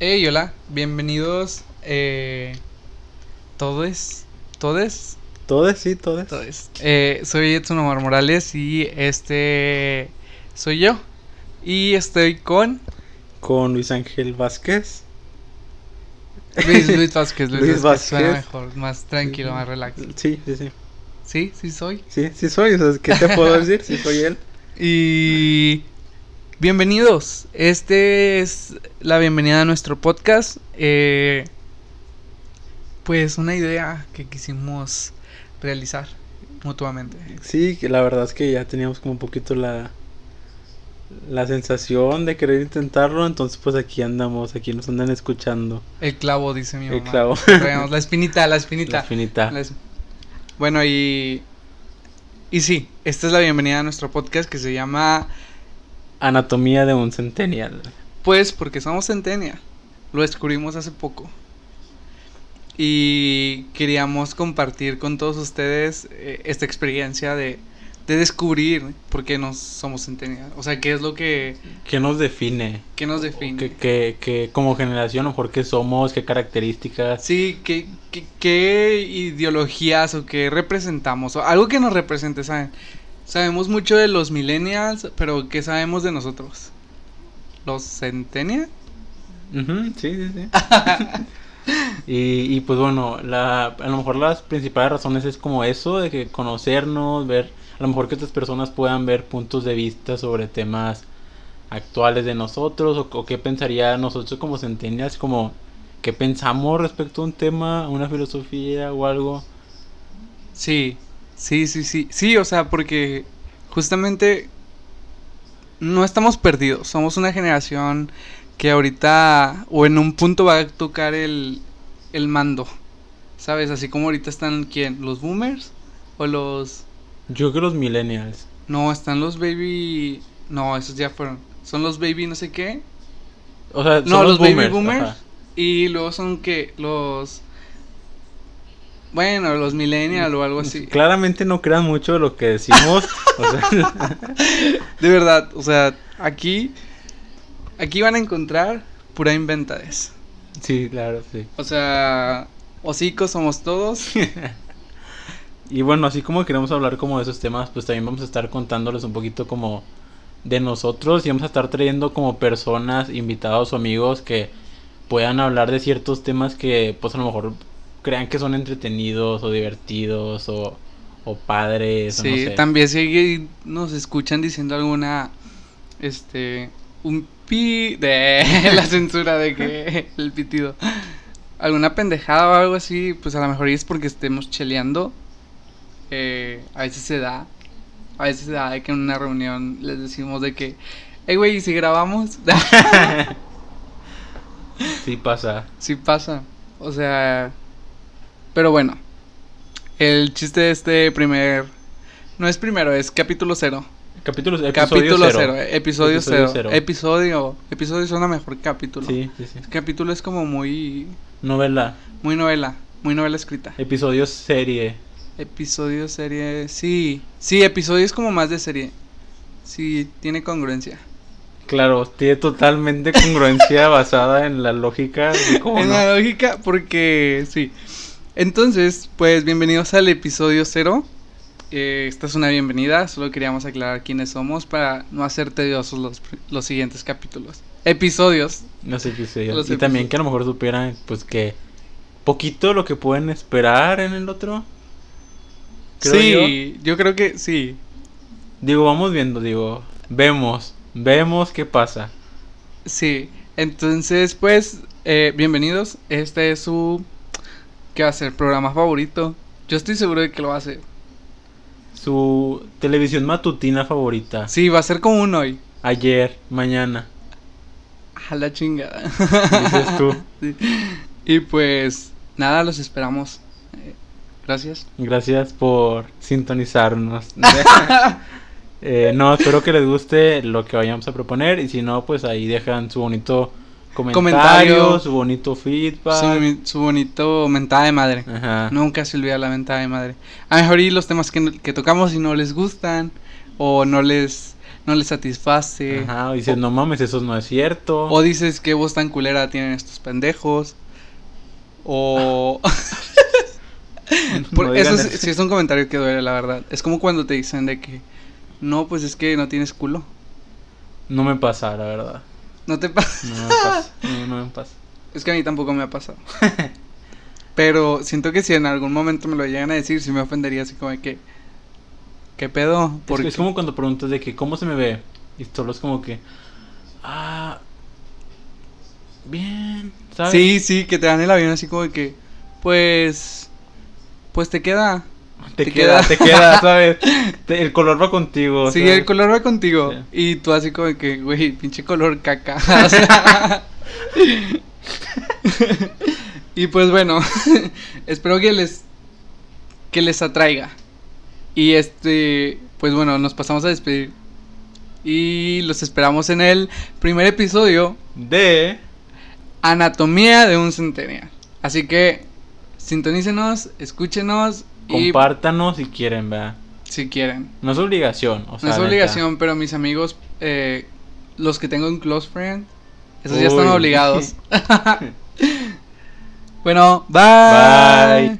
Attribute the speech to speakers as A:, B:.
A: Hey, hola, bienvenidos eh, todes, todes,
B: Todes, sí, todes.
A: todes. Eh, soy Edson Omar Morales y este soy yo. Y estoy con
B: Con Luis Ángel Vázquez.
A: Luis, Luis Vázquez. Luis,
B: Luis
A: Suena
B: Vázquez.
A: mejor, más tranquilo, más relax.
B: Sí, sí, sí.
A: Sí, sí soy.
B: Sí, sí soy. o sea, ¿Qué te puedo decir? Sí soy él.
A: Y bienvenidos. Este es la bienvenida a nuestro podcast. Eh, pues una idea que quisimos realizar mutuamente.
B: Sí, que la verdad es que ya teníamos como un poquito la la sensación de querer intentarlo, entonces pues aquí andamos, aquí nos andan escuchando.
A: El clavo, dice mi mamá.
B: El clavo.
A: Traemos La espinita, la espinita.
B: La finita.
A: La es- Bueno, y... Y sí, esta es la bienvenida a nuestro podcast que se llama
B: Anatomía de un centennial.
A: Pues porque somos centenia. Lo descubrimos hace poco. Y queríamos compartir con todos ustedes eh, esta experiencia de, de descubrir por qué nos somos centenia. O sea, qué es lo que,
B: ¿Qué nos define?
A: qué nos
B: ¿Qué,
A: define.
B: qué, qué como generación, o por qué somos, qué características?
A: Sí, qué, qué, qué ideologías o qué representamos. O algo que nos represente, ¿saben? Sabemos mucho de los millennials, pero ¿qué sabemos de nosotros? ¿Los centenia?
B: Ujú, sí, sí, sí. y, y, pues bueno, la, a lo mejor las principales razones es como eso, de que conocernos, ver, a lo mejor que otras personas puedan ver puntos de vista sobre temas actuales de nosotros o, o qué pensaría nosotros como centenias, como qué pensamos respecto a un tema, a una filosofía o algo.
A: Sí, sí, sí, sí. Sí, o sea, porque justamente no estamos perdidos. Somos una generación que ahorita o en un punto va a tocar el, el mando. ¿Sabes? Así como ahorita están quién? ¿Los boomers? ¿O los...
B: Yo creo que los millennials.
A: No, están los baby... No, esos ya fueron. Son los baby no sé qué.
B: O sea,
A: No,
B: son
A: los, baby
B: boomers,
A: boomers.
B: ajá.
A: Y luego son que los... Bueno, los millennial o algo así.
B: Claramente no crean mucho de lo que decimos. o sea,
A: De verdad, o sea, aquí aquí van a encontrar pura inventades.
B: sí, claro, sí.
A: O sea, hocicos somos todos.
B: Y bueno, así como queremos hablar como de esos temas, pues también vamos a estar contándoles un poquito como de nosotros y vamos a estar trayendo como personas, invitados o amigos que puedan hablar de ciertos temas que pues a lo mejor crean que son entretenidos o divertidos o, o padres. o no
A: sí,
B: sé.
A: también si alguien nos escuchan diciendo alguna este un pi de la censura de que el pitido alguna pendejada o algo así, pues a lo mejor es porque estemos cheleando. Eh, a veces se da. A veces se da de que en una reunión les decimos de que, hey güey, ¿y si grabamos?
B: Sí pasa.
A: Sí pasa. O sea. Pero bueno. El chiste de este primer. No es primero, es capítulo cero.
B: Capítulo, episodio
A: capítulo
B: cero.
A: cero. eh, Episodio,
B: Episodio
A: cero.
B: cero.
A: Episodio. Episodio suena mejor capítulo.
B: Sí, sí, sí.
A: Capítulo es como muy.
B: Novela,
A: Muy novela. Muy novela escrita.
B: episodio serie.
A: Episodio, serie. Sí. Sí, episodio es como más de serie. Sí, tiene congruencia.
B: Claro, tiene totalmente congruencia basada en la lógica. así como
A: en
B: no.
A: la lógica, porque sí. Entonces, pues bienvenidos al episodio cero. Eh, esta es una bienvenida, solo queríamos aclarar quiénes somos para no hacer tediosos los, pr- los siguientes capítulos. Episodios.
B: No sé qué sé yo.
A: Los
B: Y también
A: episodios.
B: que a lo mejor supieran, pues que poquito lo que pueden esperar en el otro. Creo
A: sí, yo. creo que sí.
B: Digo, vamos viendo, digo, vemos, vemos qué pasa.
A: Sí. Entonces, pues, eh, bienvenidos. Este es su... ¿Qué va a ser? Programa favorito. Yo estoy seguro de que lo va a hacer.
B: Su televisión matutina favorita.
A: Sí, va a ser como un hoy.
B: Ayer, mañana.
A: A la chingada.
B: Dices tú.
A: Sí. Y pues nada, los esperamos. Eh, Gracias.
B: Gracias por sintonizarnos. Eh, no, espero que les guste lo que vayamos a proponer. Y si no, pues ahí dejan su bonito comentario,
A: Comentario.
B: su bonito feedback.
A: Su, su bonito mentada de madre.
B: Ajá.
A: Nunca se olvida la mentada de madre. A lo mejor y los temas que, que tocamos si no les gustan o no les no le satisface.
B: Ajá, o dices, no mames, eso no es cierto.
A: O dices que voz tan culera tienen estos pendejos. O. Por-
B: No
A: eso
B: digan
A: es- sí es un comentario que duele, la verdad. Es como cuando te dicen de que. No, pues es que no tienes culo.
B: No me pasa, la verdad.
A: No te pasa.
B: No me pasa. No, no me pasa.
A: Es que a mí tampoco me ha pasado. Pero siento que si en algún momento me lo llegan a decir, sí me ofendería así como de que. ¿Qué pedo?
B: Es,
A: Porque
B: es como cuando preguntas de que, ¿cómo se me ve? Y solo es como que, ah, bien, ¿sabes?
A: Sí, sí, que te dan el avión así como de que. Pues. Pues te queda.
B: te,
A: te
B: queda,
A: queda.
B: te queda, ¿sabes? Te- el color va contigo.
A: Sí,
B: ¿sabes?
A: el color va contigo.
B: Sí.
A: Y tú así como de que, güey, pinche color caca. O sea, y pues bueno, espero que les que les atraiga. Y este, pues bueno, nos pasamos a despedir. Y los esperamos en el primer episodio
B: De.
A: Anatomía de un centenial. Así que sintonícenos, escúchenos y
B: Compártanos si quieren, ¿verdad?
A: si quieren.
B: No es obligación. O sea,
A: No es
B: neta.
A: obligación, pero mis amigos, eh, los que tengo en Close Friend, esos ya están
B: Uy.
A: obligados. bueno, bye.
B: Bye.